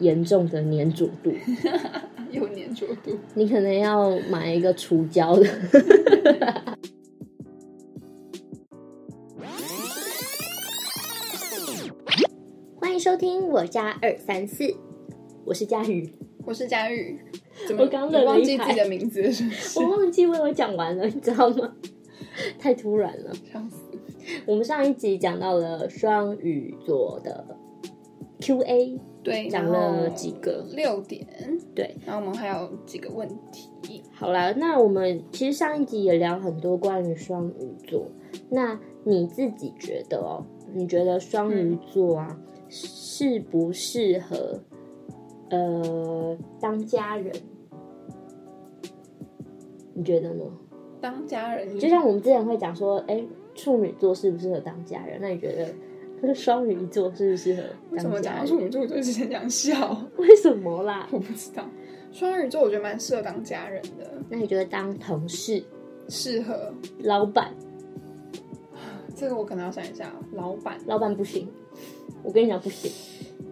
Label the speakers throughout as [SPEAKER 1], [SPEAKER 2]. [SPEAKER 1] 严重的粘着 度，
[SPEAKER 2] 有粘着度。
[SPEAKER 1] 你可能要买一个除胶的。 欢迎收听我家二三四，我是佳瑜，
[SPEAKER 2] 我是佳玉，怎
[SPEAKER 1] 我刚
[SPEAKER 2] 你
[SPEAKER 1] 愣了
[SPEAKER 2] 忘
[SPEAKER 1] 一
[SPEAKER 2] 记自己
[SPEAKER 1] 拍
[SPEAKER 2] 的 名字了是不是
[SPEAKER 1] 我？忘记为我讲完了，你知道吗？ 太突然了。
[SPEAKER 2] 笑死
[SPEAKER 1] 我们上一集讲到了双鱼座的 Q&A，
[SPEAKER 2] 对，
[SPEAKER 1] 讲了几个
[SPEAKER 2] 六点，
[SPEAKER 1] 对，
[SPEAKER 2] 然后我们还有几个问题，
[SPEAKER 1] 好啦，那我们其实上一集也聊很多关于双鱼座。那你自己觉得哦，你觉得双鱼座啊，适不适合呃当家人？你觉得呢？
[SPEAKER 2] 当家人
[SPEAKER 1] 就像我们之前会讲说，哎、处女座适不适合当家人？那你觉得双鱼座适不适合
[SPEAKER 2] 为什么
[SPEAKER 1] 当
[SPEAKER 2] 讲
[SPEAKER 1] 家
[SPEAKER 2] 到
[SPEAKER 1] 人？
[SPEAKER 2] 处女座我就之前讲笑？
[SPEAKER 1] 为什么啦？
[SPEAKER 2] 我不知道，双鱼座我觉得蛮适合当家人的，
[SPEAKER 1] 那你觉得当同事、
[SPEAKER 2] 适合
[SPEAKER 1] 老板？
[SPEAKER 2] 这个我可能要想一下，老板，
[SPEAKER 1] 老板不行，我跟你讲不行。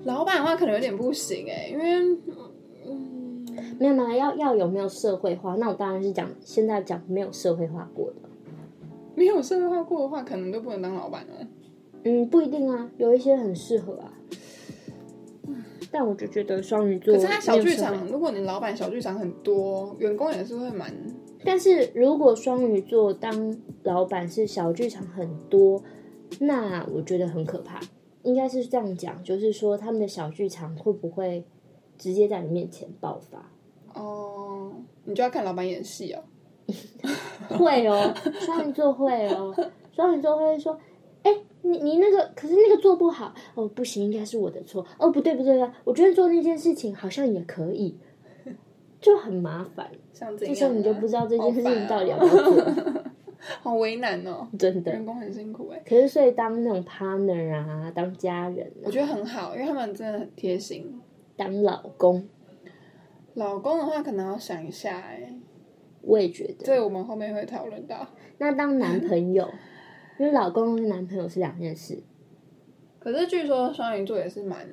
[SPEAKER 2] 老板的话可能有点不行哎、因为嗯，
[SPEAKER 1] 没有没有，要要有没有社会化？那我当然是讲现在讲没有社会化过的。
[SPEAKER 2] 没有社会化过的话，可能都不能当老板哦、
[SPEAKER 1] 嗯，不一定啊，有一些很适合啊。但我就觉得双鱼座，
[SPEAKER 2] 可是他小剧场，，如果你老板小剧场很多，员工也是会蛮
[SPEAKER 1] 但是如果双鱼座当老板是小剧场很多，那我觉得很可怕。应该是这样讲，就是说他们的小剧场会不会直接在你面前爆发？
[SPEAKER 2] 哦，你就要看老板演戏哦。
[SPEAKER 1] 会 哦，双鱼座会哦，双鱼座会说，哎、你你那个，可是那个做不好，哦，不行，应该是我的错，哦，不对不对不对，我觉得做那件事情好像也可以， 就很麻烦，
[SPEAKER 2] 像这
[SPEAKER 1] 这时候
[SPEAKER 2] 样啊，
[SPEAKER 1] 你就不知道这件事
[SPEAKER 2] 好烦
[SPEAKER 1] 情
[SPEAKER 2] 啊
[SPEAKER 1] 到底要不要做，
[SPEAKER 2] 好为难哦，
[SPEAKER 1] 真的。
[SPEAKER 2] 员工很辛苦哎。
[SPEAKER 1] 可是所以当那种 partner 啊，当家人啊、
[SPEAKER 2] 我觉得很好，因为他们真的很贴心。
[SPEAKER 1] 当老公，
[SPEAKER 2] 老公的话，可能要想一下哎，
[SPEAKER 1] 我也觉得。
[SPEAKER 2] 这我们后面会讨论到。
[SPEAKER 1] 那当男朋友，因为老公跟男朋友是两件事，
[SPEAKER 2] 可是据说双鱼座也是蛮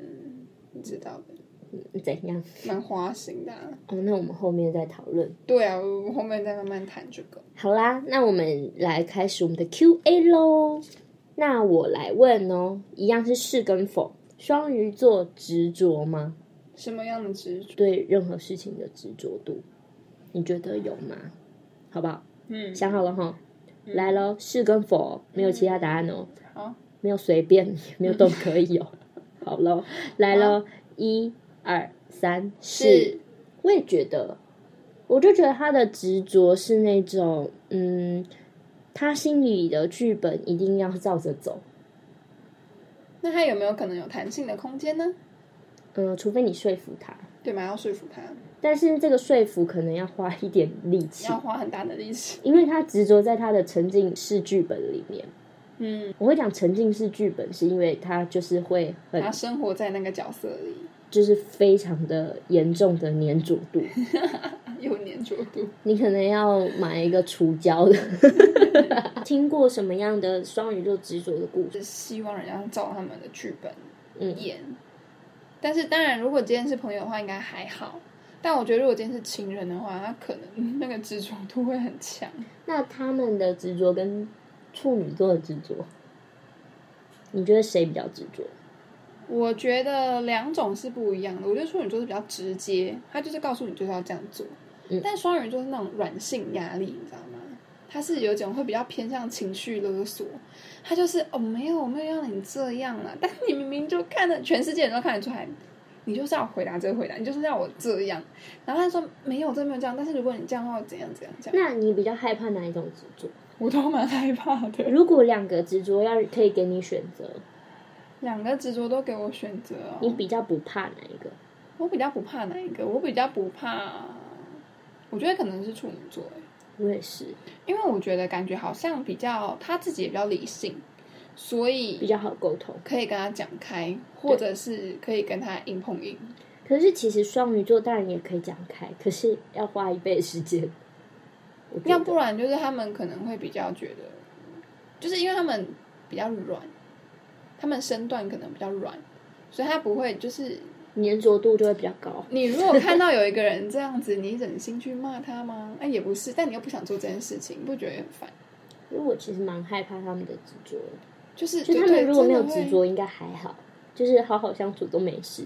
[SPEAKER 2] 知道的，
[SPEAKER 1] 嗯怎样？
[SPEAKER 2] 蛮花心的、啊。
[SPEAKER 1] 哦，那我们后面再讨论。
[SPEAKER 2] 对啊，我后面再慢慢谈这个。
[SPEAKER 1] 好啦，那我们来开始我们的 Q&A 喽。那我来问哦，一样是是跟否。双鱼座执着吗？
[SPEAKER 2] 什么样的执着？
[SPEAKER 1] 对任何事情的执着度，你觉得有吗？好不好？
[SPEAKER 2] 嗯，
[SPEAKER 1] 想好了哈，来喽，是跟否哦，没有其他答案哦，
[SPEAKER 2] 好，
[SPEAKER 1] 没有随便， 也没有都可以哦。好喽，来喽，一二三，是。我也觉得，我就觉得他的执着是那种，嗯，他心里的剧本一定要照着走，
[SPEAKER 2] 那他有没有可能有弹性的空间呢？
[SPEAKER 1] 嗯，除非你说服他，
[SPEAKER 2] 对吗？要说服他，
[SPEAKER 1] 但是这个说服可能要花一点力气，
[SPEAKER 2] 要花很大的力气。
[SPEAKER 1] 因为他执着在他的沉浸式剧本里面。
[SPEAKER 2] 嗯，
[SPEAKER 1] 我会讲沉浸式剧本，是因为他就是会很
[SPEAKER 2] 他，生活在那个角色里，
[SPEAKER 1] 就是非常的严重的粘着度，
[SPEAKER 2] 有粘着度。
[SPEAKER 1] 你可能要买一个除胶的。听过什么样的双鱼座执着的故事？
[SPEAKER 2] 就是希望人家照他们的剧本
[SPEAKER 1] 嗯
[SPEAKER 2] 演。但是当然，如果今天是朋友的话，应该还好。但我觉得，如果今天是情人的话，他可能那个执着度会很强。
[SPEAKER 1] 那他们的执着跟处女座的执着，你觉得谁比较执着？
[SPEAKER 2] 我觉得两种是不一样的。我觉得处女座是比较直接，他就是告诉你就是要这样做。
[SPEAKER 1] 嗯
[SPEAKER 2] 但双鱼座是那种软性压力，你知道吗？他是有一种会比较偏向情绪勒索，他就是哦没有我没有让你这样啊，但你明明就看得全世界人都看得出来，你就是要回答这个回答，你就是要我这样。然后他说没有这没有这样，但是如果你这样的话怎样怎样怎样，
[SPEAKER 1] 那你比较害怕哪一种执着？
[SPEAKER 2] 我都蛮害怕的。
[SPEAKER 1] 如果两个执着要可以给你选择，
[SPEAKER 2] 两个执着都给我选择、哦，
[SPEAKER 1] 你比较不怕哪一个？
[SPEAKER 2] 我比较不怕哪一个？我比较不怕，我觉得可能是处女座欸，
[SPEAKER 1] 我也是，
[SPEAKER 2] 因为我觉得感觉好像比较他自己也比较理性，所
[SPEAKER 1] 比
[SPEAKER 2] 以
[SPEAKER 1] 较好沟通。
[SPEAKER 2] 可以跟他讲开，或者是可以跟他硬碰硬。
[SPEAKER 1] 可是其实双鱼座当然也可以讲开，可是要花一倍的时间。 我觉得
[SPEAKER 2] 要不然就是他们可能会比较觉得，就是因为他们比较软，他们身段可能比较软，所以他不会就是
[SPEAKER 1] 粘着度就会比较高。
[SPEAKER 2] 你如果看到有一个人这样子，你忍心去骂他吗？哎，也不是，但你又不想做这件事情，你不觉得很烦？
[SPEAKER 1] 因为我其实蛮害怕他们的执着的，
[SPEAKER 2] 就是
[SPEAKER 1] 就
[SPEAKER 2] 对
[SPEAKER 1] 他
[SPEAKER 2] 对
[SPEAKER 1] 们如果没有
[SPEAKER 2] 真的会
[SPEAKER 1] 执着，应该还好，就是好好相处都没事。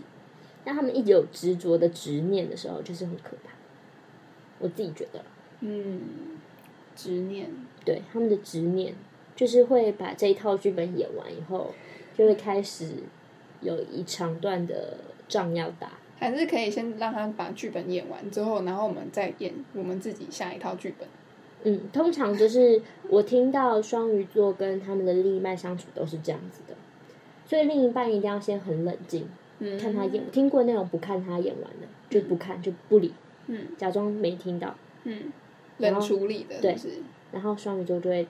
[SPEAKER 1] 但他们一直有执着的执念的时候，就是很可怕。我自己觉得啦，
[SPEAKER 2] 嗯，执念，
[SPEAKER 1] 对他们的执念，就是会把这一套剧本演完以后，就会开始有一长段的仗要打。
[SPEAKER 2] 还是可以先让他把剧本演完之后，然后我们再演我们自己下一套剧本。
[SPEAKER 1] 嗯，通常就是我听到双鱼座跟他们的另一半相处都是这样子的，所以另一半一定要先很冷静，
[SPEAKER 2] 嗯，
[SPEAKER 1] 看他演。我听过那种不看他演完的，就不看就不理，
[SPEAKER 2] 嗯
[SPEAKER 1] 假装没听到，
[SPEAKER 2] 嗯，
[SPEAKER 1] 然
[SPEAKER 2] 冷
[SPEAKER 1] 后
[SPEAKER 2] 处理的，
[SPEAKER 1] 对
[SPEAKER 2] 就是
[SPEAKER 1] 然后双鱼座就会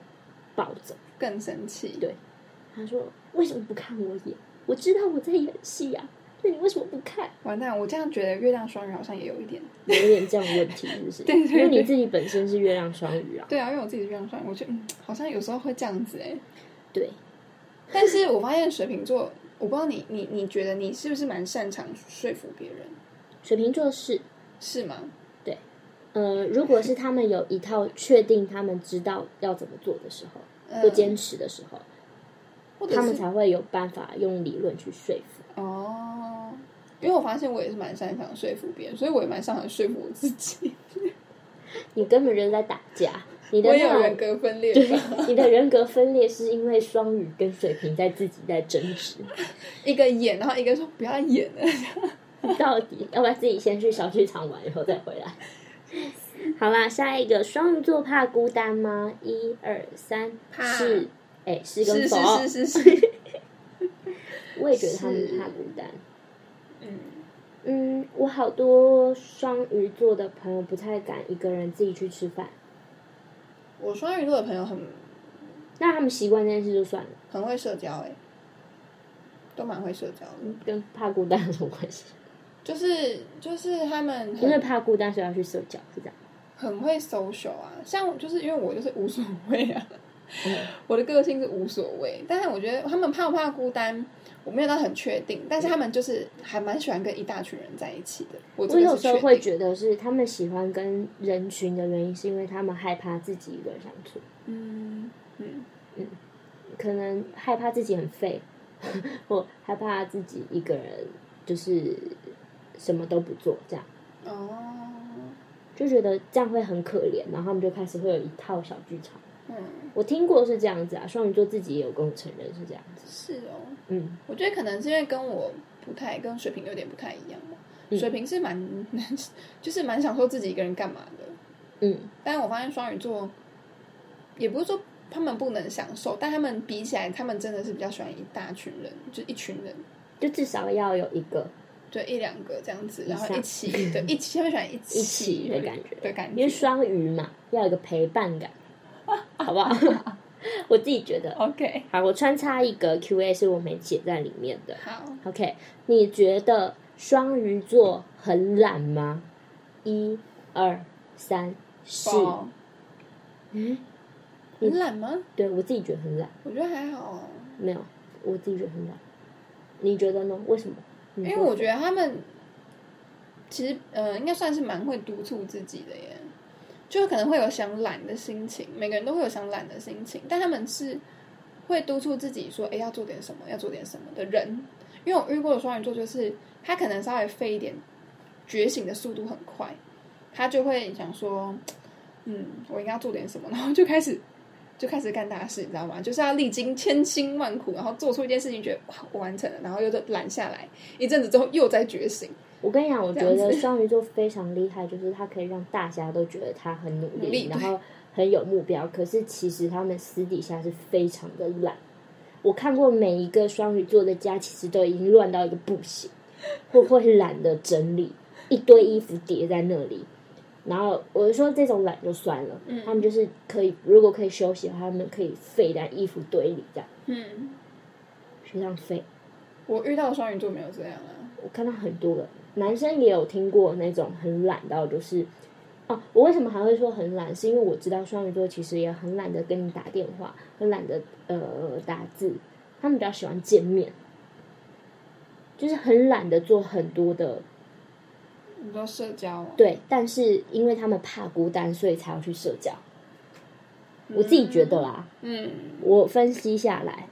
[SPEAKER 1] 暴走。
[SPEAKER 2] 更生气。
[SPEAKER 1] 对他说：“为什么不看我演？我知道我在演戏呀、那你为什么不看？
[SPEAKER 2] 完蛋，我这样觉得月亮双鱼好像也有一点。
[SPEAKER 1] 有点这样的问题，是不是？
[SPEAKER 2] 对对对
[SPEAKER 1] 因为你自己本身是月亮双鱼啊，
[SPEAKER 2] 对啊，因为我自己是月亮双鱼，我觉得嗯，好像有时候会这样子哎、
[SPEAKER 1] 对，
[SPEAKER 2] 但是我发现水瓶座，我不知道你你你觉得你是不是蛮擅长说服别人，
[SPEAKER 1] 水瓶座是
[SPEAKER 2] 是吗？
[SPEAKER 1] 呃，如果是他们有一套确定，他们知道要怎么做的时候，不坚持的时候，
[SPEAKER 2] 嗯呃或者
[SPEAKER 1] 他们
[SPEAKER 2] 是
[SPEAKER 1] 才会有办法用理论去说服。
[SPEAKER 2] 哦，因为我发现我也是蛮擅长说服别人，所以我也蛮擅长说服我自己。
[SPEAKER 1] 你根本就是在打架，你的
[SPEAKER 2] 我也有
[SPEAKER 1] 那
[SPEAKER 2] 人
[SPEAKER 1] 种。
[SPEAKER 2] 格分裂
[SPEAKER 1] 对
[SPEAKER 2] 吧，，
[SPEAKER 1] 你的人格分裂是因为双鱼跟水瓶在自己在争执，
[SPEAKER 2] 一个演，然后一个说不要演了。
[SPEAKER 1] 你到底要不要自己先去小剧场玩，以后再回来？ 好啦，下一个双鱼座怕孤单吗？一二三，
[SPEAKER 2] 怕
[SPEAKER 1] 是，哎、是跟
[SPEAKER 2] 是
[SPEAKER 1] 否？
[SPEAKER 2] 是 是是
[SPEAKER 1] 啊
[SPEAKER 2] 是，
[SPEAKER 1] 我也觉得他们
[SPEAKER 2] 是
[SPEAKER 1] 怕孤单。
[SPEAKER 2] 嗯，
[SPEAKER 1] 嗯，我好多双鱼座的朋友不太敢一个人自己去吃饭，
[SPEAKER 2] 我双鱼座的朋友很
[SPEAKER 1] 那他们习惯这件事就算了，
[SPEAKER 2] 很会社交哎、都蛮会社交的，
[SPEAKER 1] 跟怕孤单有什么关系？
[SPEAKER 2] 就是就是他们
[SPEAKER 1] 因为
[SPEAKER 2] 很
[SPEAKER 1] 怕孤单，所以要去社交，是这样。
[SPEAKER 2] 很会 social 啊，像我就是因为我就是无所谓啊，
[SPEAKER 1] 嗯
[SPEAKER 2] 我的个性是无所谓，但是我觉得他们怕不怕孤单，我没有到很确定，但是他们就是还蛮喜欢跟一大群人在一起的。我这
[SPEAKER 1] 我有
[SPEAKER 2] 个是
[SPEAKER 1] 时
[SPEAKER 2] 确
[SPEAKER 1] 候会
[SPEAKER 2] 定，
[SPEAKER 1] 觉得是他们喜欢跟人群的原因，是因为他们害怕自己一个人相处，
[SPEAKER 2] 嗯嗯，
[SPEAKER 1] 可能害怕自己很废，或害怕自己一个人就是什么都不做，这样
[SPEAKER 2] 哦，
[SPEAKER 1] 就觉得这样会很可怜，然后他们就开始会有一套小剧场。
[SPEAKER 2] 嗯，
[SPEAKER 1] 我听过是这样子啊，双鱼座自己也有跟我承认是这样子。
[SPEAKER 2] 是哦，
[SPEAKER 1] 嗯，
[SPEAKER 2] 我觉得可能是因为跟我不太跟水瓶有点不太一样吧。
[SPEAKER 1] 嗯
[SPEAKER 2] 水瓶是蛮 就是蛮享受自己一个人干嘛的，
[SPEAKER 1] 嗯，
[SPEAKER 2] 但是我发现双鱼座也不是说他们不能享受，但他们比起来，他们真的是比较喜欢一大群人，就一群人。
[SPEAKER 1] 就至少要有一个，
[SPEAKER 2] 对，一两个这样子，
[SPEAKER 1] 以
[SPEAKER 2] 然后
[SPEAKER 1] 上
[SPEAKER 2] 一起，对，一起，他们喜欢一起
[SPEAKER 1] 一起的感觉
[SPEAKER 2] 的感
[SPEAKER 1] 因为
[SPEAKER 2] 觉。
[SPEAKER 1] 双鱼嘛，要有一个陪伴感，好不好？ 我自己觉得。
[SPEAKER 2] OK，
[SPEAKER 1] 好，我穿插一个 Q&A 是我没写在里面的。
[SPEAKER 2] 好，
[SPEAKER 1] OK，你觉得双鱼座很懒吗？一、二、三，是。
[SPEAKER 2] 宝
[SPEAKER 1] 嗯，
[SPEAKER 2] 哦很懒吗？
[SPEAKER 1] 对我自己觉得很懒，
[SPEAKER 2] 我觉得还好啊，
[SPEAKER 1] 没有，我自己觉得很懒。你觉得呢？为什么？因
[SPEAKER 2] 因为我觉得他们其实呃，应该算是蛮会督促自己的耶，就可能会有想懒的心情，每个人都会有想懒的心情，但他们是会督促自己说，哎，要做点什么，要做点什么的人。因为我遇过的双鱼座，就是他可能稍微费一点，觉醒的速度很快，他就会想说，嗯，我应该要做点什么，然后就开始就开始干大事，你知道吗？就是要历经千辛万苦，然后做出一件事情，觉得哇，我完成了，然后又懒下来，一阵子之后又在觉醒，
[SPEAKER 1] 我跟你讲，我觉
[SPEAKER 2] 这样
[SPEAKER 1] 得
[SPEAKER 2] 子
[SPEAKER 1] 双鱼座非常厉害，就是他可以让大家都觉得他很努力，
[SPEAKER 2] 努力
[SPEAKER 1] 然后很有目标。可是其实他们私底下是非常的懒。我看过每一个双鱼座的家，其实都已经乱到一个不行，或会懒得整理，一堆衣服叠在那里。然后我就说这种懒就算了，
[SPEAKER 2] 嗯
[SPEAKER 1] 他们就是可以，如果可以休息的话，他们可以废在衣服堆里这样，
[SPEAKER 2] 嗯，
[SPEAKER 1] 非常废。
[SPEAKER 2] 我遇到的双鱼座没有这样啊，
[SPEAKER 1] 我看到很多人，男生也有听过那种很懒到就是，哦，我为什么还会说很懒？是因为我知道双鱼座其实也很懒得跟你打电话，很懒得呃打字，他们比较喜欢见面。就是很懒得做很多的
[SPEAKER 2] 你说社交、哦，
[SPEAKER 1] 对，但是因为他们怕孤单，所以才要去社交。我自己觉得啦，
[SPEAKER 2] 嗯，
[SPEAKER 1] 我分析下来，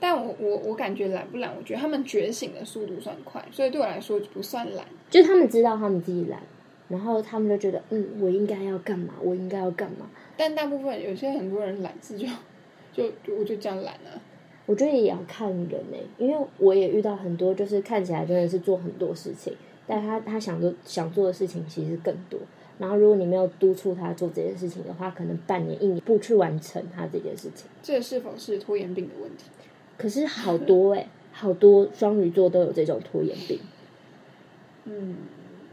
[SPEAKER 2] 但我我我感觉懒不懒？我觉得他们觉醒的速度算快，所以对我来说不算懒。
[SPEAKER 1] 就他们知道他们自己懒，然后他们就觉得，嗯，我应该要干嘛？我应该要干嘛？
[SPEAKER 2] 但大部分有些很多人懒是就 就就我就这样懒啊，
[SPEAKER 1] 我觉得也要看人呢、因为我也遇到很多，就是看起来真的是做很多事情，但他他想做想做的事情其实更多。然后如果你没有督促他做这件事情的话，可能半年一年不去完成他这件事情。
[SPEAKER 2] 这是否是拖延病的问题？
[SPEAKER 1] 可是好多诶、好多双鱼座都有这种拖延病。
[SPEAKER 2] 嗯，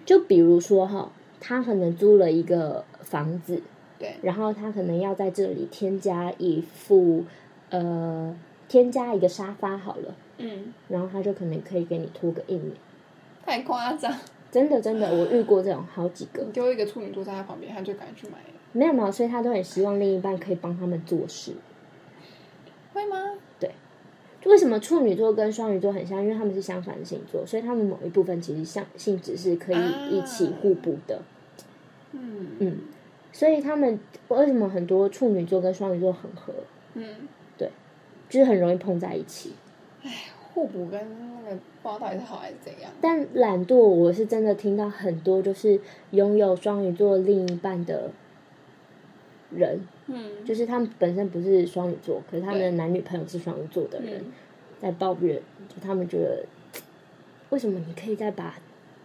[SPEAKER 1] 就比如说哈，他可能租了一个房子，
[SPEAKER 2] 对，
[SPEAKER 1] 然后他可能要在这里添加一副呃，添加一个沙发好了，
[SPEAKER 2] 嗯，
[SPEAKER 1] 然后他就可能可以给你拖个一年。
[SPEAKER 2] 太夸张，
[SPEAKER 1] 真的真的，我遇过这种好几个
[SPEAKER 2] 你，丢一个处女座在他旁边，他就赶紧去买了，
[SPEAKER 1] 没有没有，所以他都很希望另一半可以帮他们做事。
[SPEAKER 2] 会吗？
[SPEAKER 1] 为什么处女座跟双鱼座很像？因为他们是相反的星座，所以他们某一部分其实像性质是可
[SPEAKER 2] 啊
[SPEAKER 1] 以一起互补的。
[SPEAKER 2] 嗯
[SPEAKER 1] 嗯，所以他们为什么很多处女座跟双鱼座很合，
[SPEAKER 2] 嗯，
[SPEAKER 1] 就是很容易碰在一起。
[SPEAKER 2] 互补跟那个不知道到底是好还是怎样，
[SPEAKER 1] 但懒惰，我是真的听到很多就是拥有双鱼座另一半的人，
[SPEAKER 2] 嗯，
[SPEAKER 1] 就是他们本身不是双鱼座，可是他们的
[SPEAKER 2] 对
[SPEAKER 1] 男女朋友是双鱼座的人，
[SPEAKER 2] 嗯，
[SPEAKER 1] 在抱怨，就他们觉得为什么你可以再把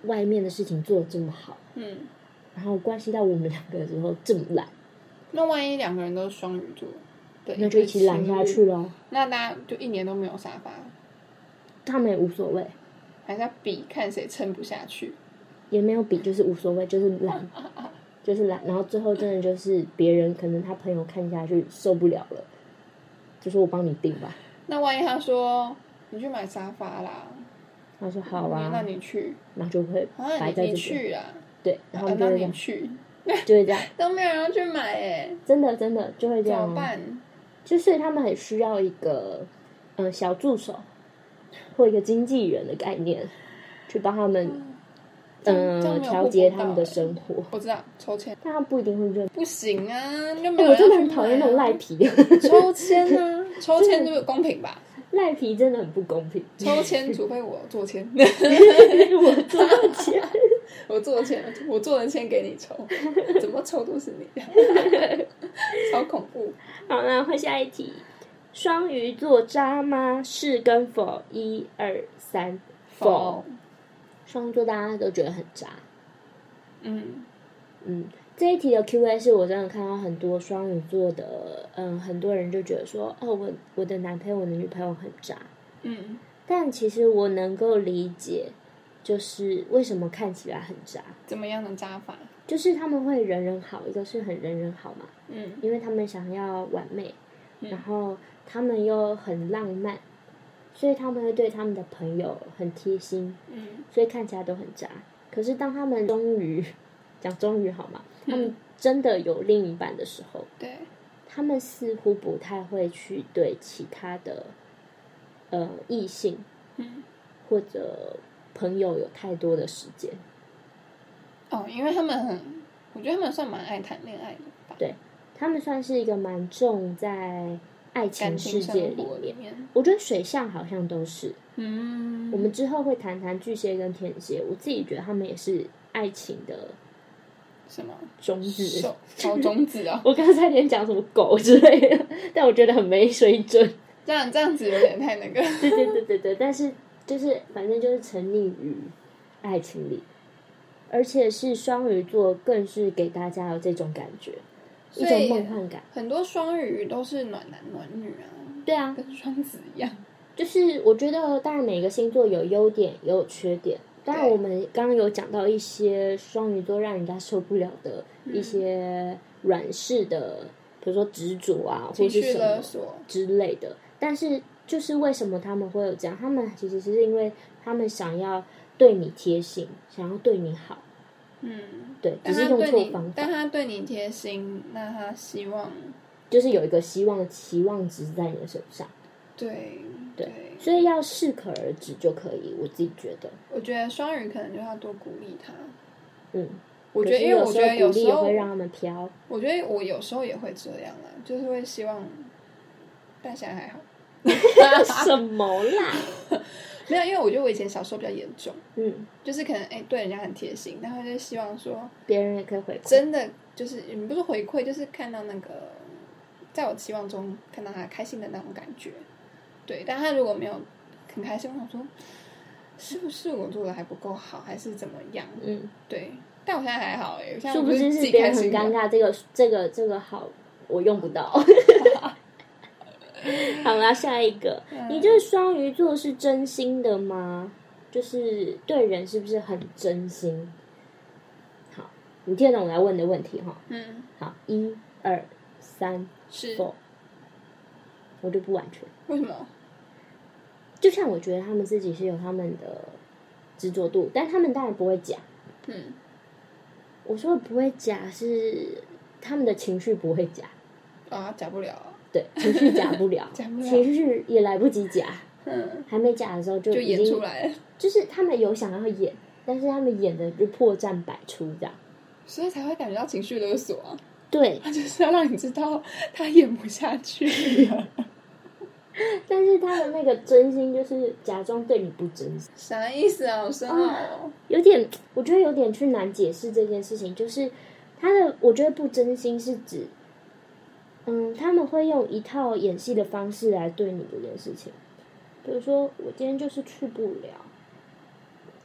[SPEAKER 1] 外面的事情做得这么好，
[SPEAKER 2] 嗯，
[SPEAKER 1] 然后关系到我们两个的时候这么懒，
[SPEAKER 2] 那万一两个人都是双鱼座，对，
[SPEAKER 1] 那就一起懒下去， 咯。
[SPEAKER 2] 那大家就一年都没有沙发，
[SPEAKER 1] 他们也无所谓，
[SPEAKER 2] 还在比看谁撑不下去，
[SPEAKER 1] 也没有比，就是无所谓，就是懒，就是懒。然后最后真的就是别人可能他朋友看下去受不了了，就说我帮你订吧。
[SPEAKER 2] 那万一他说你去买沙发啦，
[SPEAKER 1] 他说好啊，
[SPEAKER 2] 那你去
[SPEAKER 1] 然后就会
[SPEAKER 2] 啊，
[SPEAKER 1] 摆
[SPEAKER 2] 你
[SPEAKER 1] 在这
[SPEAKER 2] 你
[SPEAKER 1] 边，哦
[SPEAKER 2] 去啊，
[SPEAKER 1] 对，然
[SPEAKER 2] 啊
[SPEAKER 1] 后他们就会
[SPEAKER 2] 那
[SPEAKER 1] 这样
[SPEAKER 2] 你，去，
[SPEAKER 1] 就会这样，
[SPEAKER 2] 都没有人要去买哎，
[SPEAKER 1] 真的真的就会这
[SPEAKER 2] 怎
[SPEAKER 1] 样
[SPEAKER 2] 么
[SPEAKER 1] 哦。
[SPEAKER 2] 办？
[SPEAKER 1] 就所以他们很需要一个嗯、呃小助手或一个经纪人的概念，去帮他们
[SPEAKER 2] 这样
[SPEAKER 1] 嗯、
[SPEAKER 2] 这样
[SPEAKER 1] 呃
[SPEAKER 2] 没有
[SPEAKER 1] 调节
[SPEAKER 2] 互补
[SPEAKER 1] 他们
[SPEAKER 2] 到
[SPEAKER 1] 的
[SPEAKER 2] 哎
[SPEAKER 1] 生活，
[SPEAKER 2] 我知道抽签
[SPEAKER 1] 但他不一定会认。
[SPEAKER 2] 不行啊，就没
[SPEAKER 1] 哎、
[SPEAKER 2] 有
[SPEAKER 1] 我真的
[SPEAKER 2] 人要
[SPEAKER 1] 很
[SPEAKER 2] 去
[SPEAKER 1] 讨厌那种
[SPEAKER 2] 买啊
[SPEAKER 1] 赖皮的，
[SPEAKER 2] 抽签啊，抽签就是公平吧？
[SPEAKER 1] 赖皮真的很不公平。
[SPEAKER 2] 抽签，除非我做签，
[SPEAKER 1] 我做不起来。
[SPEAKER 2] 我做签，我做的签给你 抽，怎么抽都是你， 超恐怖。
[SPEAKER 1] 好，那换下一题。双鱼座渣吗？是跟否？一二三，否。双鱼座大家都觉得很渣。
[SPEAKER 2] 嗯，
[SPEAKER 1] 嗯，这一题的 Q&A 是我真的看到很多双鱼座的，嗯，很多人就觉得说，哦，我我的男朋友、我的女朋友很渣。
[SPEAKER 2] 嗯
[SPEAKER 1] 但其实我能够理解，就是为什么看起来很渣，
[SPEAKER 2] 怎么样的扎法？
[SPEAKER 1] 就是他们会人人好，一个是很人人好嘛，
[SPEAKER 2] 嗯
[SPEAKER 1] 因为他们想要完美，
[SPEAKER 2] 嗯
[SPEAKER 1] 然后他们又很浪漫，所以他们会对他们的朋友很贴心，
[SPEAKER 2] 嗯
[SPEAKER 1] 所以看起来都很渣。可是当他们终于 讲终于好吗？
[SPEAKER 2] 嗯
[SPEAKER 1] 他们真的有另一半的时候，
[SPEAKER 2] 对，
[SPEAKER 1] 他们似乎不太会去对其他的呃异性
[SPEAKER 2] 嗯
[SPEAKER 1] 或者朋友有太多的时间。
[SPEAKER 2] 哦，因为他们很，我觉得他们算蛮爱谈恋爱的吧，
[SPEAKER 1] 对他们算是一个蛮重在爱
[SPEAKER 2] 感
[SPEAKER 1] 情世
[SPEAKER 2] 情
[SPEAKER 1] 界
[SPEAKER 2] 生
[SPEAKER 1] 里
[SPEAKER 2] 活里
[SPEAKER 1] 面，
[SPEAKER 2] 面，
[SPEAKER 1] 我觉得水象好像都是。
[SPEAKER 2] 嗯，
[SPEAKER 1] 我们之后会谈谈巨蟹跟天蝎，我自己觉得他们也是爱情的
[SPEAKER 2] 什么
[SPEAKER 1] 种子
[SPEAKER 2] 手。哦种子 哦，
[SPEAKER 1] 我刚才差点讲什么狗之类的，但我觉得很没水准。
[SPEAKER 2] 这样这样子有点太那 个，
[SPEAKER 1] 对对对对对，但是就是反正就是沉溺于爱情里，而且是双鱼座，更是给大家有这种感觉，一
[SPEAKER 2] 所
[SPEAKER 1] 种
[SPEAKER 2] 以
[SPEAKER 1] 梦幻感。
[SPEAKER 2] 很多双鱼都是暖男暖女啊，
[SPEAKER 1] 对啊，
[SPEAKER 2] 跟双子一样。
[SPEAKER 1] 就是我觉得，当然每个星座有优点也有缺点。当然，
[SPEAKER 2] 对
[SPEAKER 1] 我们刚刚有讲到一些双鱼座让人家受不了的
[SPEAKER 2] 嗯
[SPEAKER 1] 一些软式的，比如说执着啊，或
[SPEAKER 2] 情
[SPEAKER 1] 是
[SPEAKER 2] 绪
[SPEAKER 1] 什
[SPEAKER 2] 勒
[SPEAKER 1] 么
[SPEAKER 2] 索，
[SPEAKER 1] 之类的。但是，就是为什么他们会有这样？他们其实是因为他们想要对你贴心，想要对你好，
[SPEAKER 2] 嗯，
[SPEAKER 1] 对，只
[SPEAKER 2] 但
[SPEAKER 1] 是
[SPEAKER 2] 他
[SPEAKER 1] 用
[SPEAKER 2] 对
[SPEAKER 1] 错
[SPEAKER 2] 你
[SPEAKER 1] 方，法
[SPEAKER 2] 但，他对你贴心，那他希望
[SPEAKER 1] 就是有一个希望的期望值在你的身上。
[SPEAKER 2] 对
[SPEAKER 1] 对所以要适可而止就可以，我自己觉得，
[SPEAKER 2] 我觉得双鱼可能就要多鼓励他。
[SPEAKER 1] 嗯，
[SPEAKER 2] 我觉
[SPEAKER 1] 可
[SPEAKER 2] 得，
[SPEAKER 1] 是
[SPEAKER 2] 因为我觉得
[SPEAKER 1] 有时候
[SPEAKER 2] 有
[SPEAKER 1] 鼓励
[SPEAKER 2] 时
[SPEAKER 1] 也
[SPEAKER 2] 候
[SPEAKER 1] 会，让他们飘，
[SPEAKER 2] 我觉得我有时候也会这样啊，就是会希望，但现在还好，
[SPEAKER 1] 什么啦？
[SPEAKER 2] 没有，因为我觉得我以前小时候比较严重，
[SPEAKER 1] 嗯，
[SPEAKER 2] 就是可能哎、对人家很贴心，然后就希望说
[SPEAKER 1] 别人也可以回馈，
[SPEAKER 2] 真的就是你不是回馈，就是看到那个在我期望中看到他开心的那种感觉，对，但他如果没有很开心，我想说是不是我做的还不够好，还是怎么样？
[SPEAKER 1] 嗯，
[SPEAKER 2] 对，但我现在还好哎、我现在
[SPEAKER 1] 殊不
[SPEAKER 2] 就
[SPEAKER 1] 知
[SPEAKER 2] 自
[SPEAKER 1] 是
[SPEAKER 2] 己
[SPEAKER 1] 别
[SPEAKER 2] 开
[SPEAKER 1] 人很
[SPEAKER 2] 心
[SPEAKER 1] 尴
[SPEAKER 2] 的。
[SPEAKER 1] 尬，这个这个这个好，我用不 到。好啦，下一个，你对双鱼座是真心的吗？就是对人是不是很真心？好，你听得懂我来问的问题哈？
[SPEAKER 2] 嗯，
[SPEAKER 1] 好，一二三
[SPEAKER 2] 是
[SPEAKER 1] four，我就不完全。
[SPEAKER 2] 为什么？
[SPEAKER 1] 就像我觉得他们自己是有他们的执着度，但他们当然不会假。
[SPEAKER 2] 嗯，
[SPEAKER 1] 我说的不会假是他们的情绪不会假，
[SPEAKER 2] 啊，假不了啊。，
[SPEAKER 1] 对，情绪假不了
[SPEAKER 2] 假不了
[SPEAKER 1] 情绪也来不及假，
[SPEAKER 2] 嗯，
[SPEAKER 1] 还没假的时候就
[SPEAKER 2] 就
[SPEAKER 1] 已经
[SPEAKER 2] 演出来了，
[SPEAKER 1] 就是他们有想要演，但是他们演的就破绽百出这样。
[SPEAKER 2] 所以才会感觉到情绪勒索啊。
[SPEAKER 1] 对，
[SPEAKER 2] 他就是要让你知道他演不下去 了。
[SPEAKER 1] 但是他的那个真心就是假装对你不真心，
[SPEAKER 2] 啥意思啊？我深奥哦。
[SPEAKER 1] 有点我觉得有点去难解释这件事情。就是他的，我觉得不真心是指，嗯，他们会用一套演戏的方式来对你这件事情。比如说，我今天就是去不了，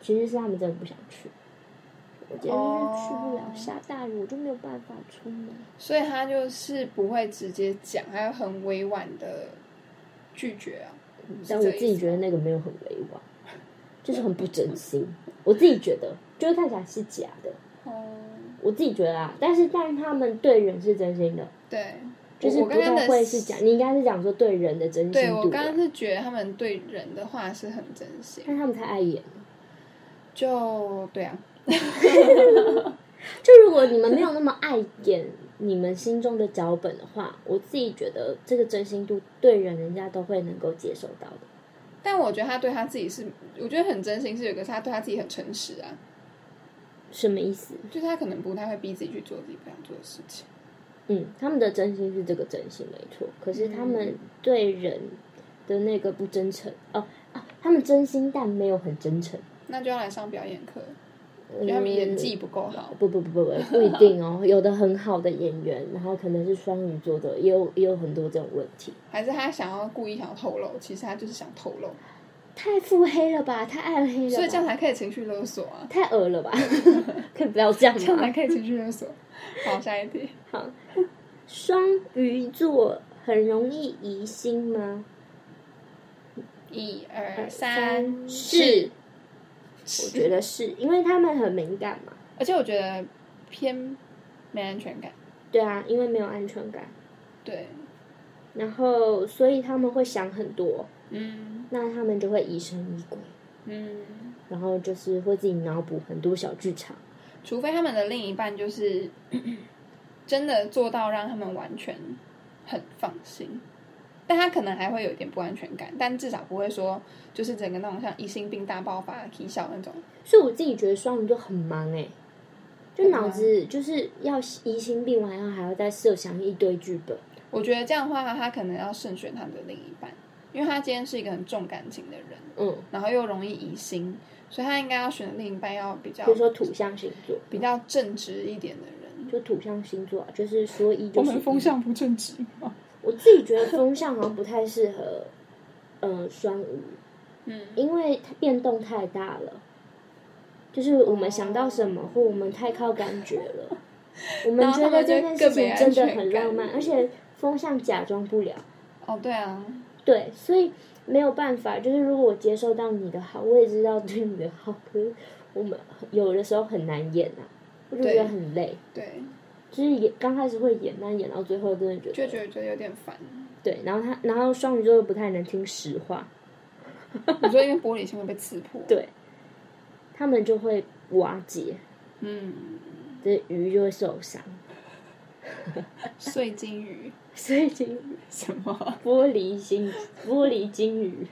[SPEAKER 1] 其实是他们真的不想去。我今天就是去不了
[SPEAKER 2] 哦
[SPEAKER 1] 下大雨，我就没有办法出门。
[SPEAKER 2] 所以他就是不会直接讲，还有很委婉的拒绝啊。是
[SPEAKER 1] 但
[SPEAKER 2] 这
[SPEAKER 1] 我
[SPEAKER 2] 个
[SPEAKER 1] 嗯自
[SPEAKER 2] 意
[SPEAKER 1] 己
[SPEAKER 2] 思
[SPEAKER 1] 觉得那个没有很委婉，就是很不真心。 我自己觉得，就是看起来是假的。
[SPEAKER 2] 哦，
[SPEAKER 1] 我自己觉得啊，但是但他们对人是真心的，
[SPEAKER 2] 对，
[SPEAKER 1] 就是
[SPEAKER 2] 我
[SPEAKER 1] 不
[SPEAKER 2] 我刚刚
[SPEAKER 1] 太
[SPEAKER 2] 的
[SPEAKER 1] 会是假。你应该是讲说对人的真心
[SPEAKER 2] 对我
[SPEAKER 1] 度
[SPEAKER 2] 刚刚
[SPEAKER 1] 啊，
[SPEAKER 2] 是觉得他们对人的话是很真心，
[SPEAKER 1] 但他们太爱演。
[SPEAKER 2] 就对啊，
[SPEAKER 1] 就如果你们没有那么爱演你们心中的脚本的话，我自己觉得这个真心度对人人家都会能够接受到的。
[SPEAKER 2] 但我觉得他对他自己是，我觉得很真心，是有一个是他对他自己很诚实啊，
[SPEAKER 1] 什么意思？
[SPEAKER 2] 就是他可能不太会逼自己去做自己不想做的事情。
[SPEAKER 1] 嗯，他们的真心是这个真心没错，可是他
[SPEAKER 2] 嗯
[SPEAKER 1] 们对人的那个不真诚哦啊，他们真心但没有很真诚。
[SPEAKER 2] 那就要来上表演课，因
[SPEAKER 1] 嗯
[SPEAKER 2] 为他们演技不够好。
[SPEAKER 1] 不不不不不不一定哦，有的很好的演员，然后可能是双鱼座的，也有也有很多这种问题。
[SPEAKER 2] 还是他想要故意想要透露，其实他就是想透露，
[SPEAKER 1] 太腹黑了吧，太暗黑了吧，
[SPEAKER 2] 所以这样才可以情绪勒索啊，
[SPEAKER 1] 太恶 了吧，可以不要这样
[SPEAKER 2] 这样
[SPEAKER 1] 吗
[SPEAKER 2] 才？可以情绪勒索。好，下一题，
[SPEAKER 1] 好，双鱼座很容易疑心吗？
[SPEAKER 2] 一二
[SPEAKER 1] 三
[SPEAKER 2] 三
[SPEAKER 1] 是
[SPEAKER 2] 四，
[SPEAKER 1] 我觉得是因为他们很敏感嘛。
[SPEAKER 2] 而且我觉得偏没安全感，
[SPEAKER 1] 对啊，因为没有安全感。
[SPEAKER 2] 对，
[SPEAKER 1] 然后所以他们会想很多，
[SPEAKER 2] 嗯
[SPEAKER 1] 那他们就会疑神疑鬼，
[SPEAKER 2] 嗯，
[SPEAKER 1] 然后就是会自己脑补很多小剧场。
[SPEAKER 2] 除非他们的另一半就是 真的做到让他们完全很放心。但他可能还会有一点不安全感，但至少不会说就是整个那种像疑心病大爆发、啼笑那种。
[SPEAKER 1] 所以我自己觉得双鱼座很忙哎、就
[SPEAKER 2] 很忙
[SPEAKER 1] 脑子就是要疑心病完，然后还要再设想一堆剧本。
[SPEAKER 2] 我觉得这样的话，他可能要慎选他的另一半，因为他今天是一个很重感情的人，
[SPEAKER 1] 嗯，
[SPEAKER 2] 然后又容易疑心，所以他应该要选的另一半要比较
[SPEAKER 1] 比如说土象星座，
[SPEAKER 2] 比较正直一点的人。
[SPEAKER 1] 就土象星座、啊、就是说一就是一
[SPEAKER 2] 不正直吗？
[SPEAKER 1] 我自己觉得风象好像不太适合，呃，双鱼，
[SPEAKER 2] 嗯，
[SPEAKER 1] 因为它变动太大了，就是我们想到什么，或我们太靠感觉 了，我们
[SPEAKER 2] 然后
[SPEAKER 1] 觉
[SPEAKER 2] 他
[SPEAKER 1] 得
[SPEAKER 2] 们
[SPEAKER 1] 这件事
[SPEAKER 2] 就更没
[SPEAKER 1] 情
[SPEAKER 2] 安
[SPEAKER 1] 真的
[SPEAKER 2] 全
[SPEAKER 1] 很
[SPEAKER 2] 感
[SPEAKER 1] 浪漫，而且风象假装不了，
[SPEAKER 2] 哦，对啊，
[SPEAKER 1] 对，所以没有办法，就是如果我接受到你的好，我也知道对你的好，可是我们有的时候很难演啊，我就觉
[SPEAKER 2] 对
[SPEAKER 1] 得很累，
[SPEAKER 2] 对，
[SPEAKER 1] 就是演刚开始会演，但演到最后真的觉得
[SPEAKER 2] 就觉得觉得有点烦。
[SPEAKER 1] 对，然后他，然后双鱼座又不太能听实话，
[SPEAKER 2] 你说因为玻璃心会被刺破，，
[SPEAKER 1] 对，他们就会瓦解，
[SPEAKER 2] 嗯，
[SPEAKER 1] 这鱼就会受伤。
[SPEAKER 2] 碎金鱼
[SPEAKER 1] 所以金
[SPEAKER 2] 什么？
[SPEAKER 1] 玻璃心玻璃金鱼，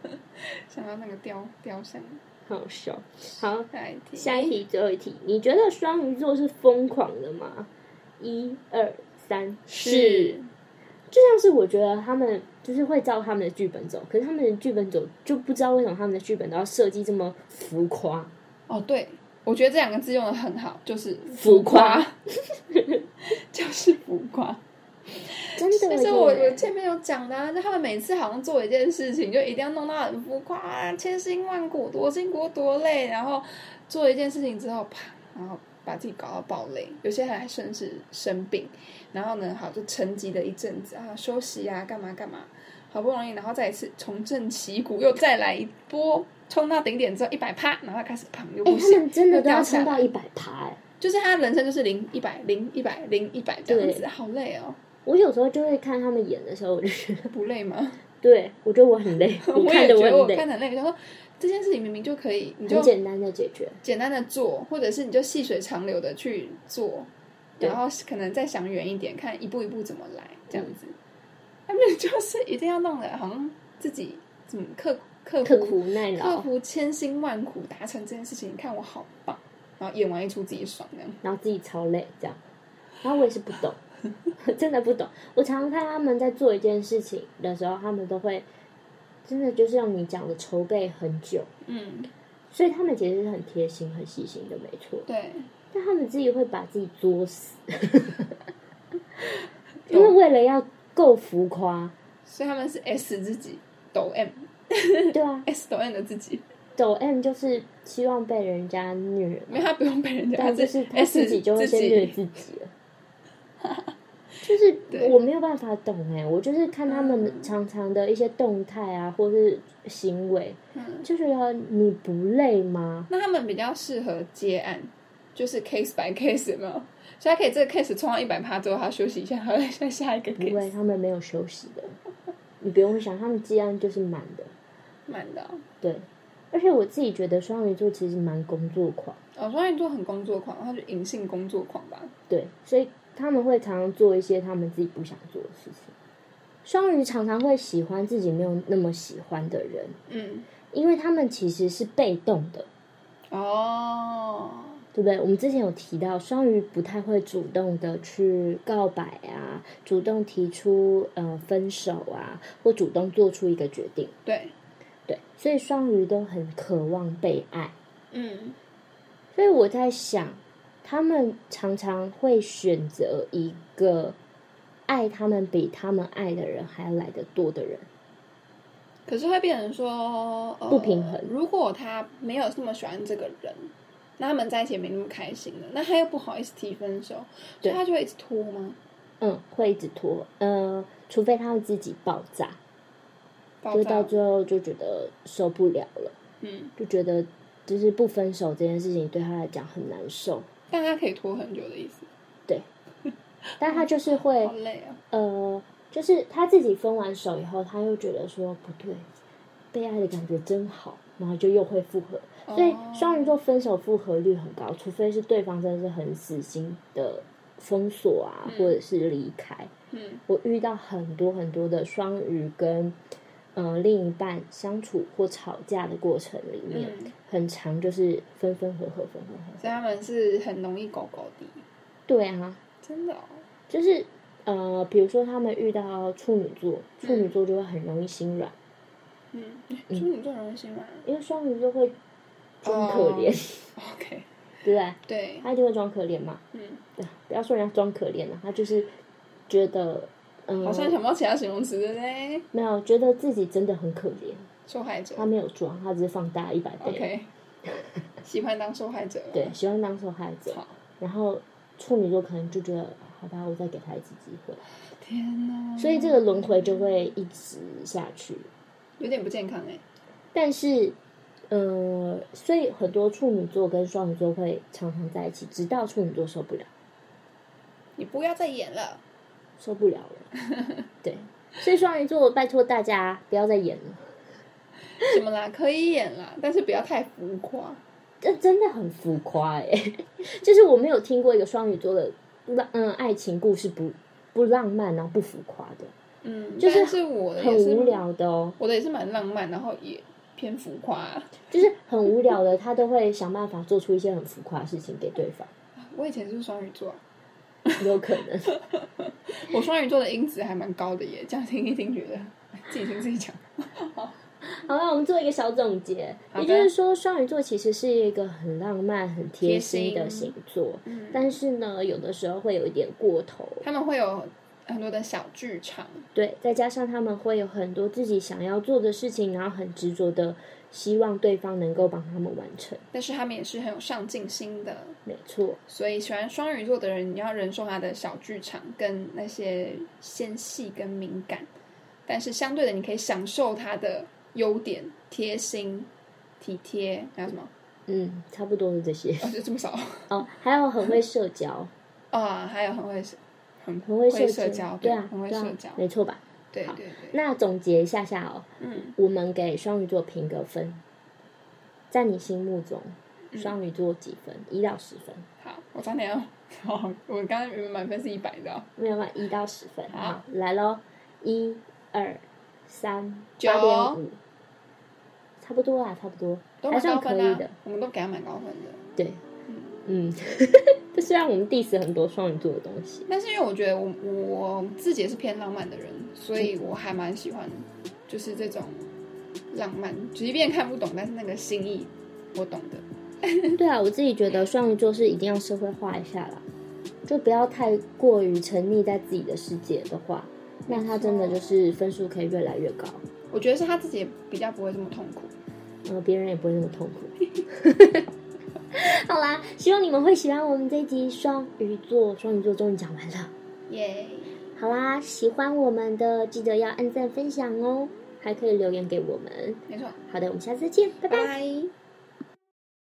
[SPEAKER 2] 想到那个雕雕像，
[SPEAKER 1] 好笑。好，
[SPEAKER 2] 下一题。
[SPEAKER 1] 下一题，最后一题，你觉得双鱼座是疯狂的吗？一二三，
[SPEAKER 2] 是
[SPEAKER 1] 就像是我觉得他们就是会照他们的剧本走，可是他们的剧本走就不知道为什么他们的剧本都要设计这么浮夸。
[SPEAKER 2] 哦，对，我觉得这两个字用的很好，就是
[SPEAKER 1] 浮夸，
[SPEAKER 2] 就是浮夸。
[SPEAKER 1] 真的耶，
[SPEAKER 2] 就是我我前面有讲的、啊，就他们每次好像做一件事情，就一定要弄到很浮夸、啊，千辛万苦，多辛苦多累，然后做一件事情之后，啪，然后把自己搞到爆累，有些人还甚至生病，然后呢，好就沉寂了一阵子啊，休息啊，干嘛干嘛，好不容易，然后再一次重振旗鼓，又再来一波，冲到顶点之后一百趴，然后开始砰又
[SPEAKER 1] 哎、
[SPEAKER 2] 不
[SPEAKER 1] 他
[SPEAKER 2] 行，
[SPEAKER 1] 们真的
[SPEAKER 2] 又
[SPEAKER 1] 都要
[SPEAKER 2] 掉下
[SPEAKER 1] 撑到
[SPEAKER 2] 来
[SPEAKER 1] 一百趴哎。
[SPEAKER 2] 就是他人生就是零一百零一百零一百这样子，
[SPEAKER 1] 对
[SPEAKER 2] 好累哦，
[SPEAKER 1] 我有时候就会看他们演的时候，我就觉得，
[SPEAKER 2] 不累吗？
[SPEAKER 1] 对我觉得我很累，我
[SPEAKER 2] 也
[SPEAKER 1] 看得
[SPEAKER 2] 觉 得我
[SPEAKER 1] 很累，
[SPEAKER 2] 看得很累，想说这件事情明明就可以，你就
[SPEAKER 1] 很简单的解决。
[SPEAKER 2] 简单的做，或者是你就细水长流的去做，
[SPEAKER 1] 对
[SPEAKER 2] 然后可能再想远一点，看一步一步怎么来，这样子。他们 就是一定要弄得好像自己怎么刻刻
[SPEAKER 1] 刻
[SPEAKER 2] 苦
[SPEAKER 1] 苦耐
[SPEAKER 2] 刻
[SPEAKER 1] 劳，
[SPEAKER 2] 苦千辛万苦达成这件事情，你看我好棒，然后演完一出自己爽这样。
[SPEAKER 1] 然后自己超累这样。然后我也是不懂， 真的不懂。我常常看他们在做一件事情的时候，他们都会真的就是像你讲的筹备很久，
[SPEAKER 2] 嗯，
[SPEAKER 1] 所以他们其实是很贴心、很细心的，没错。
[SPEAKER 2] 对，
[SPEAKER 1] 但他们自己会把自己作 死，因为为了要够浮夸，
[SPEAKER 2] 所以他们是 S 自己抖 M，S
[SPEAKER 1] 对啊，
[SPEAKER 2] 抖 M 的自己，
[SPEAKER 1] 抖 M 就是希望被人家虐嘛，
[SPEAKER 2] 没有他不用被人家，
[SPEAKER 1] 但就
[SPEAKER 2] 他
[SPEAKER 1] 是
[SPEAKER 2] 是
[SPEAKER 1] 他
[SPEAKER 2] S
[SPEAKER 1] 自己就会
[SPEAKER 2] 自
[SPEAKER 1] 先虐自己了。就是
[SPEAKER 2] 对嗯
[SPEAKER 1] 我没有办法懂哎、我就是看他们常常的一些动态啊，或是行为，
[SPEAKER 2] 嗯
[SPEAKER 1] 就觉得你不累吗？
[SPEAKER 2] 那他们比较适合接案，就是 case by case 有没有？所以他可以这个 case 冲到一百趴之后，他休息一下，他再再下一个
[SPEAKER 1] 不会，
[SPEAKER 2] case，
[SPEAKER 1] 他们没有休息的，你不用想，他们既然就是满的，
[SPEAKER 2] 慢的哦。
[SPEAKER 1] 对。而且我自己觉得双鱼座其实蛮工作狂，
[SPEAKER 2] 哦，双鱼座很工作狂，他就隐性工作狂吧？
[SPEAKER 1] 对，所以他们会常常做一些他们自己不想做的事情。双鱼常常会喜欢自己没有那么喜欢的人，
[SPEAKER 2] 嗯，
[SPEAKER 1] 因为他们其实是被动的，
[SPEAKER 2] 哦，
[SPEAKER 1] 对不对？我们之前有提到，双鱼不太会主动的去告白啊，主动提出呃分手啊，或主动做出一个决定，
[SPEAKER 2] 对，
[SPEAKER 1] 对，所以双鱼都很渴望被爱。
[SPEAKER 2] 嗯，
[SPEAKER 1] 所以我在想，他们常常会选择一个爱他们比他们爱的人还要来得多的人，
[SPEAKER 2] 可是会变成说、呃、
[SPEAKER 1] 不平衡
[SPEAKER 2] 如果他没有这么喜欢这个人，那他们在一起也没那么开心了，那他又不好意思提分手，所
[SPEAKER 1] 对
[SPEAKER 2] 以他就会一直拖吗？
[SPEAKER 1] 嗯，会一直拖，呃，除非他们自己爆炸，
[SPEAKER 2] 爆
[SPEAKER 1] 就
[SPEAKER 2] 炸
[SPEAKER 1] 到最后就觉得受不了了。
[SPEAKER 2] 嗯，
[SPEAKER 1] 就觉得就是不分手这件事情对他来讲很难受，
[SPEAKER 2] 但他可以拖很久的意思，
[SPEAKER 1] 但他就是会
[SPEAKER 2] 好累啊。
[SPEAKER 1] 呃，就是他自己分完手以后，他又觉得说不对，被爱的感觉真好，然后就又会复合。所以
[SPEAKER 2] 哦
[SPEAKER 1] 双鱼座分手复合率很高，除非是对方真的是很死心的封锁啊，
[SPEAKER 2] 嗯
[SPEAKER 1] 或者是离开。
[SPEAKER 2] 嗯
[SPEAKER 1] 我遇到很多很多的双鱼跟呃另一半相处或吵架的过程里面，
[SPEAKER 2] 嗯
[SPEAKER 1] 很长就是分分合合，分分合合。
[SPEAKER 2] 所以他们是很容易狗狗的，
[SPEAKER 1] 对啊，
[SPEAKER 2] 真的、哦。
[SPEAKER 1] 就是呃，比如说他们遇到处女座，处女座就会很容易心软，
[SPEAKER 2] 嗯，处女座容易心软。
[SPEAKER 1] 因为双鱼座会
[SPEAKER 2] 哦
[SPEAKER 1] 装可怜，
[SPEAKER 2] OK，
[SPEAKER 1] 对不对？
[SPEAKER 2] 对，
[SPEAKER 1] 他一定会装可怜嘛，
[SPEAKER 2] 嗯，
[SPEAKER 1] 对啊不要说人家装可怜了、他就是觉得，嗯、
[SPEAKER 2] 好像想不到其他形容词了嘞。
[SPEAKER 1] 没有觉得自己真的很可怜，
[SPEAKER 2] 受害者
[SPEAKER 1] 他没有装，他只是放大一百倍
[SPEAKER 2] ，OK，喜欢当受害者。，
[SPEAKER 1] 对，喜欢当受害者，
[SPEAKER 2] 好，
[SPEAKER 1] 然后处女座可能就觉得，好吧，我再给他一次机会，
[SPEAKER 2] 天哪，
[SPEAKER 1] 所以这个轮回就会一直下去。
[SPEAKER 2] 有点不健康哎。
[SPEAKER 1] 但是，呃，所以很多处女座跟双鱼座会常常在一起，直到处女座受不了，
[SPEAKER 2] 你不要再演了，
[SPEAKER 1] 受不了了。 对，所以双鱼座，拜托大家不要再演了，
[SPEAKER 2] 什么啦？可以演啦，但是不要太浮夸。
[SPEAKER 1] 欸 这真的很浮夸哎、就是我没有听过一个双鱼座的浪嗯爱情故事不不浪漫，然后不浮夸的，
[SPEAKER 2] 嗯，
[SPEAKER 1] 就是
[SPEAKER 2] 但是我的
[SPEAKER 1] 很
[SPEAKER 2] 也是
[SPEAKER 1] 无，聊的哦，
[SPEAKER 2] 我的也是蛮浪漫，然后也偏浮夸、
[SPEAKER 1] 就是很无聊的，他都会想办法做出一些很浮夸的事情给对方，
[SPEAKER 2] 我以前是不是双鱼座啊、
[SPEAKER 1] 有可能。
[SPEAKER 2] 我双鱼座的音质还蛮高的耶，这样听一听觉得自己听自己讲。
[SPEAKER 1] 好了，我们做一个小总结，
[SPEAKER 2] 好
[SPEAKER 1] 也
[SPEAKER 2] 的
[SPEAKER 1] 就是说，双鱼座其实是一个很浪漫、很贴心的
[SPEAKER 2] 贴心
[SPEAKER 1] 星座，
[SPEAKER 2] 嗯，
[SPEAKER 1] 但是呢，有的时候会有一点过头。
[SPEAKER 2] 他们会有很多的小剧场，
[SPEAKER 1] 对，再加上他们会有很多自己想要做的事情，然后很执着的希望对方能够帮他们完成。
[SPEAKER 2] 但是他们也是很有上进心的，
[SPEAKER 1] 没错，
[SPEAKER 2] 所以喜欢双鱼座的人，你要忍受他的小剧场跟那些纤细跟敏感，但是相对的，你可以享受他的优点，贴心、体贴，还有什么？
[SPEAKER 1] 嗯，差不多是这些
[SPEAKER 2] 哦，就这么少
[SPEAKER 1] 哦，还有很会社交，
[SPEAKER 2] 啊、还有很会很
[SPEAKER 1] 很会
[SPEAKER 2] 会
[SPEAKER 1] 社
[SPEAKER 2] 社交，
[SPEAKER 1] 对啊，
[SPEAKER 2] 很会
[SPEAKER 1] 对啊
[SPEAKER 2] 社交，
[SPEAKER 1] 没错吧？
[SPEAKER 2] 对对对，
[SPEAKER 1] 那总结一下下哦，
[SPEAKER 2] 嗯，
[SPEAKER 1] 我们给双鱼座评个分，在你心目中，
[SPEAKER 2] 嗯
[SPEAKER 1] 双鱼座几分？一到十分，
[SPEAKER 2] 好，我差点要， 哦，我刚刚原本满分是一百的哦，
[SPEAKER 1] 没有办法，一到十分。
[SPEAKER 2] 好，
[SPEAKER 1] 来喽，一、二、三，
[SPEAKER 2] 九
[SPEAKER 1] 八点五，差不多啦，差不多，
[SPEAKER 2] 都
[SPEAKER 1] 还
[SPEAKER 2] 蛮
[SPEAKER 1] 算
[SPEAKER 2] 高
[SPEAKER 1] 可
[SPEAKER 2] 分
[SPEAKER 1] 以
[SPEAKER 2] 啊
[SPEAKER 1] 的。，
[SPEAKER 2] 我们都给他蛮高分的。
[SPEAKER 1] 对，嗯， 这虽然我们 diss 很多双鱼座的东西，
[SPEAKER 2] 但是因为我觉得我我自己也是偏浪漫的人，所以我还蛮喜欢，就是这种浪漫，即便看不懂，但是那个心意我懂的。
[SPEAKER 1] 对啊，我自己觉得双鱼座是一定要社会化一下啦，就不要太过于沉溺在自己的世界的话，那他真的就是分数可以越来越高，
[SPEAKER 2] 我觉得是他自己也比较不会这么痛苦。
[SPEAKER 1] 呃，别人也不会那么痛苦。好啦，希望你们会喜欢我们这一集双鱼座，双鱼座终于讲完了。
[SPEAKER 2] 耶、
[SPEAKER 1] 好啦，喜欢我们的记得要按赞分享哦，还可以留言给我们。
[SPEAKER 2] 没错，
[SPEAKER 1] 好的，我们下次见，拜拜。
[SPEAKER 2] 拜。